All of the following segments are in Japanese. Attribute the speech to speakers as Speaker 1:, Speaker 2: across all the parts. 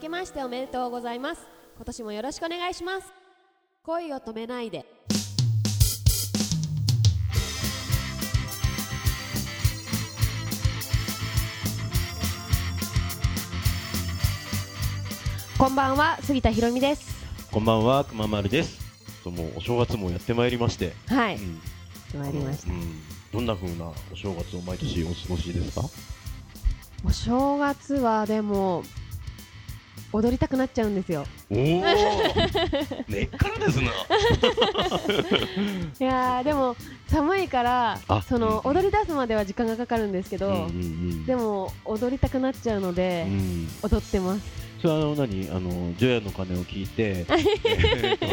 Speaker 1: けましておめでとうございます今年もよろしくお願いします恋を止めないでこんばんは杉田ひろみです
Speaker 2: こんばんは、くままるです。ともうお正月もやってまいりまして。
Speaker 1: はい、
Speaker 2: うん
Speaker 1: まいりまし
Speaker 2: あのうんどんな風なお正月を毎年お過ごしですか。
Speaker 1: たお正月はでも踊りたくなっちゃうんですよ
Speaker 2: おお。根っからです
Speaker 1: い
Speaker 2: な。
Speaker 1: やーでも寒いから
Speaker 2: あ
Speaker 1: その
Speaker 2: うん
Speaker 1: 踊り出すまでは時間がかかるんですけど、
Speaker 2: ん
Speaker 1: で。も踊りたくなっちゃうの
Speaker 2: う
Speaker 1: で、
Speaker 2: ん。
Speaker 1: 踊ってます
Speaker 2: それはあの何あの除夜の鐘を聞いて、 えーと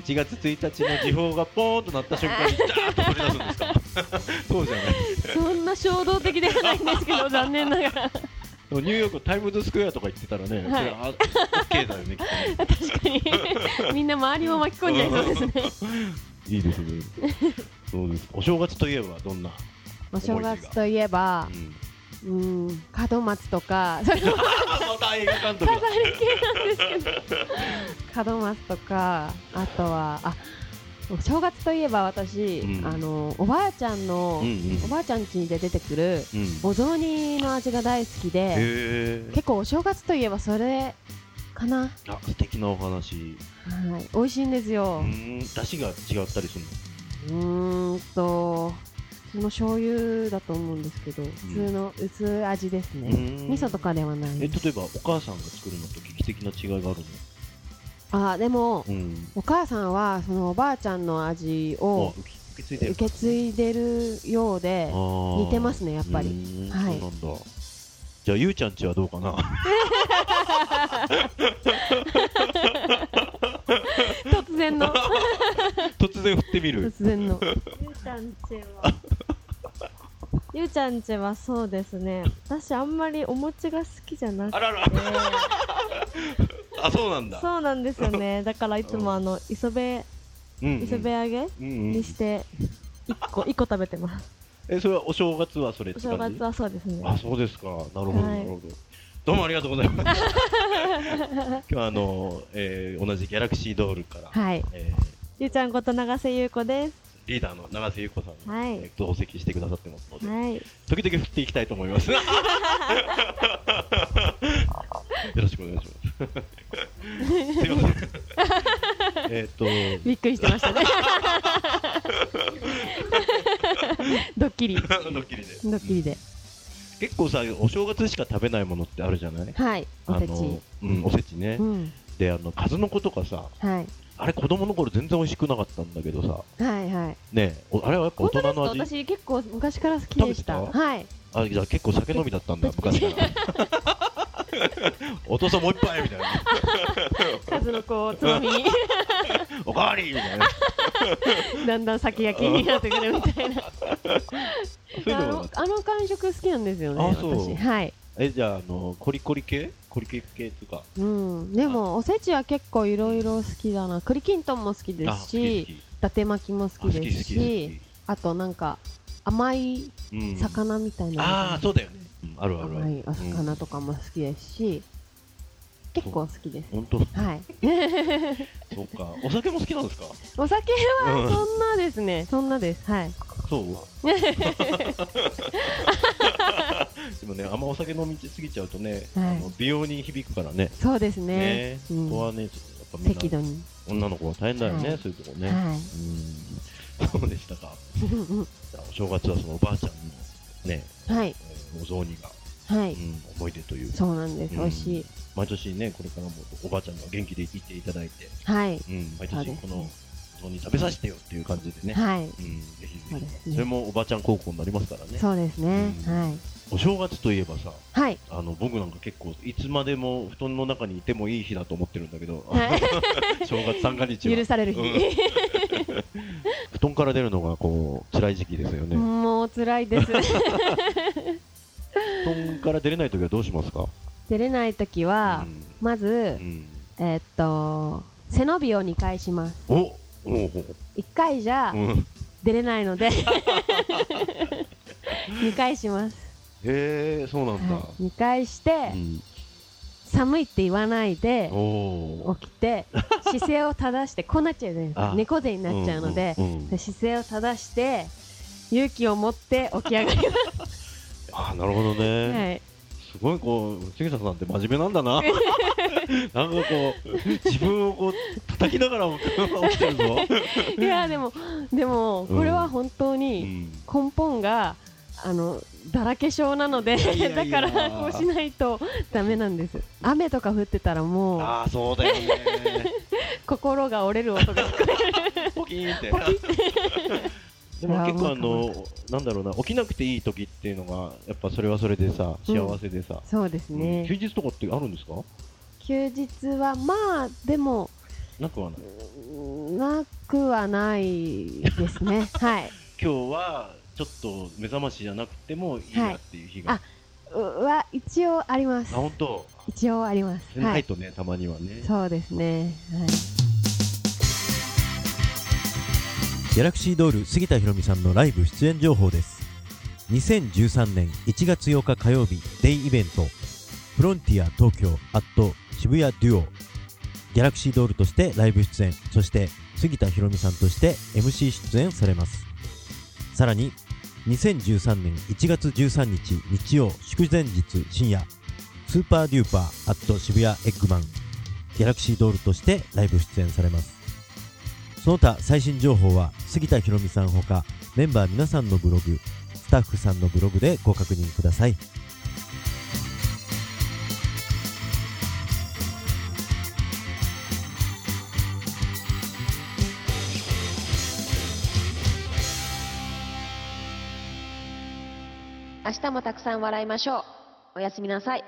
Speaker 2: 1月1日の時報がポーンと鳴った瞬間にダーッと取り出すんですか。 そうじゃない。
Speaker 1: そんな衝動的ではないんですけ ど残念ながら
Speaker 2: でもニューヨークタイムズスクエアとか行ってたらね、そ
Speaker 1: はい
Speaker 2: れあオッケーだよねきっとね。
Speaker 1: 確かに みんな周りも巻き込んじゃいそうですね
Speaker 2: いいですね。そうです。お正月といえばどんな。
Speaker 1: お正月といえば
Speaker 2: うん、
Speaker 1: うん門松とか それも
Speaker 2: また映画監督
Speaker 1: 飾
Speaker 2: だ
Speaker 1: り。系なんですけど門松とかあとはあお正月といえば私、
Speaker 2: うん
Speaker 1: あのおばあちゃんの、
Speaker 2: うんうん
Speaker 1: おばあちゃん家で出てくる
Speaker 2: うん。
Speaker 1: お雑煮の味が大好きで
Speaker 2: へえ。
Speaker 1: 結構お正月といえばそれかな
Speaker 2: あ、素敵なお話。
Speaker 1: はい、美味しいんです
Speaker 2: う
Speaker 1: よ。
Speaker 2: ん、出汁が違ったりする
Speaker 1: うーんと、普通の醤油だと思うんですけど、普通の薄味です
Speaker 2: の。
Speaker 1: ね。
Speaker 2: ん
Speaker 1: 味噌と。かではな
Speaker 2: え、
Speaker 1: い。
Speaker 2: 例えば、お母さんが作るのと劇的な違いがあるの。
Speaker 1: あ、でも、
Speaker 2: うん。
Speaker 1: お母さんはそのおばあちゃんの味
Speaker 2: あ
Speaker 1: を、
Speaker 2: 受け継いでる。
Speaker 1: 受け継いでるようで、似
Speaker 2: 似
Speaker 1: てますね、やっぱり。
Speaker 2: り
Speaker 1: は
Speaker 2: はいい。そうなんだ。じゃあ、ゆうちゃんちはどうかな。
Speaker 1: 突然の、
Speaker 2: 突然振ってみる。
Speaker 1: 突然の。
Speaker 3: ゆうちゃんちはゆうちゃんちはそうですね私あんまりお餅が好きじゃなく
Speaker 2: あ
Speaker 3: て
Speaker 2: らら。あ、そうなんだ。
Speaker 3: そうなんですよねだからいつもあの磯辺
Speaker 2: うんうん
Speaker 3: 磯辺揚げ
Speaker 2: うんう
Speaker 3: に
Speaker 2: ん
Speaker 3: し。て一個一個食べてます
Speaker 2: え、それはお正月はそれっ
Speaker 3: お
Speaker 2: て感じ。
Speaker 3: 正月はそうですね
Speaker 2: あ、そうですか。なるほど、
Speaker 3: はい
Speaker 2: なるほど。どうもありがとうござ います。今日はあの、えー同じギャラクシードールから、
Speaker 1: はい。
Speaker 2: え
Speaker 3: ゆうちゃんこと永瀬優子です
Speaker 2: ーリーダーの永瀬優子さんに、
Speaker 3: はい
Speaker 2: えー同席してくださってますので、
Speaker 3: はい
Speaker 2: 時々振っていきたいと思 います。よろしくお願いし ます。すいません。え っと、
Speaker 1: びっくりしてました ね。ドッキリ。ド
Speaker 2: ドッキリで。
Speaker 1: ッキリで。
Speaker 2: 結構さ、お正月しか食べないものってあるじゃない
Speaker 1: はい、お
Speaker 2: あ
Speaker 1: せ
Speaker 2: の
Speaker 1: ち。、
Speaker 2: うん、おせちね
Speaker 1: う。ん。
Speaker 2: で、あの、数の子とかさ、
Speaker 1: はい。
Speaker 2: あれ子供の頃全然美味しくなかったんだけどさ、
Speaker 1: はいはい。
Speaker 2: ねえおあれはやっぱ大
Speaker 1: 本当で
Speaker 2: 人
Speaker 1: すか
Speaker 2: の味
Speaker 1: 私結構昔から好きでした。
Speaker 2: 食べて
Speaker 1: はい。
Speaker 2: あじゃあ結構酒飲みだったんだ昔から お父さんもう一杯みたいな
Speaker 1: 数の子をつまみに
Speaker 2: おかわりみたいな
Speaker 1: だんだん先が気になってくるみたいな
Speaker 2: そういう
Speaker 1: あ
Speaker 2: の
Speaker 1: の
Speaker 2: もなかった
Speaker 1: あの感触好きなんですよね
Speaker 2: あそう
Speaker 1: 私はい、
Speaker 2: えじゃああのコリコリ系コリケ系とか
Speaker 1: うん、でもおせちは結構いろいろ好きだな栗きんとんも好きで
Speaker 2: あ
Speaker 1: すし
Speaker 2: 好
Speaker 1: 伊達巻きも好
Speaker 2: き好
Speaker 1: き
Speaker 2: きあ好
Speaker 1: で
Speaker 2: き
Speaker 1: す
Speaker 2: 好き
Speaker 1: しあとなんか甘い
Speaker 2: 好きうん
Speaker 1: 魚みたい
Speaker 2: ああ
Speaker 1: な、
Speaker 2: そうだよねうんあるあるあ
Speaker 1: 甘
Speaker 2: る
Speaker 1: いお魚とかも好きですし、結構好きです
Speaker 2: 本当
Speaker 1: はい
Speaker 2: そうかお酒も好きなんですか
Speaker 1: お酒
Speaker 2: う
Speaker 1: は
Speaker 2: ん
Speaker 1: そんなですね、そんなですはい
Speaker 2: そう でもねあんまお酒飲みすぎちゃうとね、
Speaker 1: はい
Speaker 2: あの美容に響くからね
Speaker 1: そうですね
Speaker 2: ね
Speaker 1: う
Speaker 2: そこ
Speaker 1: ん、
Speaker 2: はねちょっとやっぱみんな
Speaker 1: 適度に、
Speaker 2: 女の子は大変だよね、
Speaker 1: はい
Speaker 2: そういうとこね、
Speaker 1: はい
Speaker 2: うん そうでしたかじゃあお正月はそのおばあちゃんのね
Speaker 1: はい、
Speaker 2: えーお雑煮が、
Speaker 1: は
Speaker 2: う
Speaker 1: い、
Speaker 2: ん、思い出というか
Speaker 1: そうなんです、
Speaker 2: うん
Speaker 1: 美味しい。
Speaker 2: 毎年ねこれからもおばあちゃんが元気でいていただいて、
Speaker 1: はい、
Speaker 2: うん、毎
Speaker 1: そうで
Speaker 2: 年
Speaker 1: す
Speaker 2: このお雑煮食べさせてよっていう感じでね、
Speaker 1: はい、
Speaker 2: うん、ぜひ
Speaker 1: そう
Speaker 2: ぜ
Speaker 1: です
Speaker 2: ひ
Speaker 1: ね
Speaker 2: それもおばあちゃん高校になりますからね
Speaker 1: そうですね、
Speaker 2: うん
Speaker 1: はい、
Speaker 2: お正月といえばさ
Speaker 1: はい、
Speaker 2: あの僕なんか結構いつまでも布団の中にいてもいい日だと思ってるんだけど、
Speaker 1: は
Speaker 2: 正月三が日は
Speaker 1: 許される日。
Speaker 2: 布団から出るのがこう辛い時期ですよね、
Speaker 1: もう辛い です。
Speaker 2: 布団から出れない時はどうしますか
Speaker 1: 出れない時は
Speaker 2: う、ん
Speaker 1: まず
Speaker 2: う、ん、
Speaker 1: えーっと、背伸びを2回します。
Speaker 2: おおお
Speaker 1: 1回じゃ
Speaker 2: うんへ
Speaker 1: 出れない ので、2回します。
Speaker 2: えそうなんだ、
Speaker 1: はい、2回して
Speaker 2: う、ん、
Speaker 1: 寒いって言わないで
Speaker 2: おお
Speaker 1: 起き て姿勢を正してこうなっちゃうじゃないですか
Speaker 2: あ
Speaker 1: 猫背になっちゃうので,、
Speaker 2: んうんうん
Speaker 1: 姿勢を正して勇気を持って起き上がりま
Speaker 2: あーなるほど
Speaker 1: す、
Speaker 2: ね、
Speaker 1: はい、
Speaker 2: すごいこう杉田さんって真面目なん だななんかこう自分をこう叩きながら 起きてるぞ、
Speaker 1: いやでもでもこれは本当
Speaker 2: う
Speaker 1: に
Speaker 2: ん
Speaker 1: 根本があのだらけ症なので
Speaker 2: いやいやい や
Speaker 1: だからこうしないとダメなんです雨とか降ってたらもう
Speaker 2: ああそうだよね
Speaker 1: 心が折れる 音が聞こえ
Speaker 2: ポキーンって でも結構あのなんだろうな起きなくていい時っていうのがやっぱそれはそれでさ
Speaker 1: うん
Speaker 2: 幸せでさ、
Speaker 1: そうです
Speaker 2: うん
Speaker 1: ね
Speaker 2: 休日とかってあるんですか
Speaker 1: 休日はまあでも
Speaker 2: なくはない
Speaker 1: なくはないです ねはい
Speaker 2: 今日はちょっと目覚ましじゃなくてもいいなっていう日が、
Speaker 1: はいあは一応ありま
Speaker 2: あ
Speaker 1: す
Speaker 2: 本当
Speaker 1: 一応ありますは
Speaker 2: ない
Speaker 1: い
Speaker 2: とね、たまにはね
Speaker 1: そうですねはい
Speaker 4: ギャラクシードール杉田博美さんのライブ出演情報です2013年1月8日火曜日デイイベントフロンティア東京アット渋谷デュオギャラクシードールとしてライブ出演そして杉田博美さんとして MC 出演されますさらに2013年1月13日日曜祝前日深夜スーパーデューパーアット渋谷エッグマンギャラクシードールとしてライブ出演されますその他最新情報は杉田ひろみさんほかメンバー皆さんのブログスタッフさんのブログでご確認ください
Speaker 5: 明日もたくさん笑いましょう。おやすみなさい。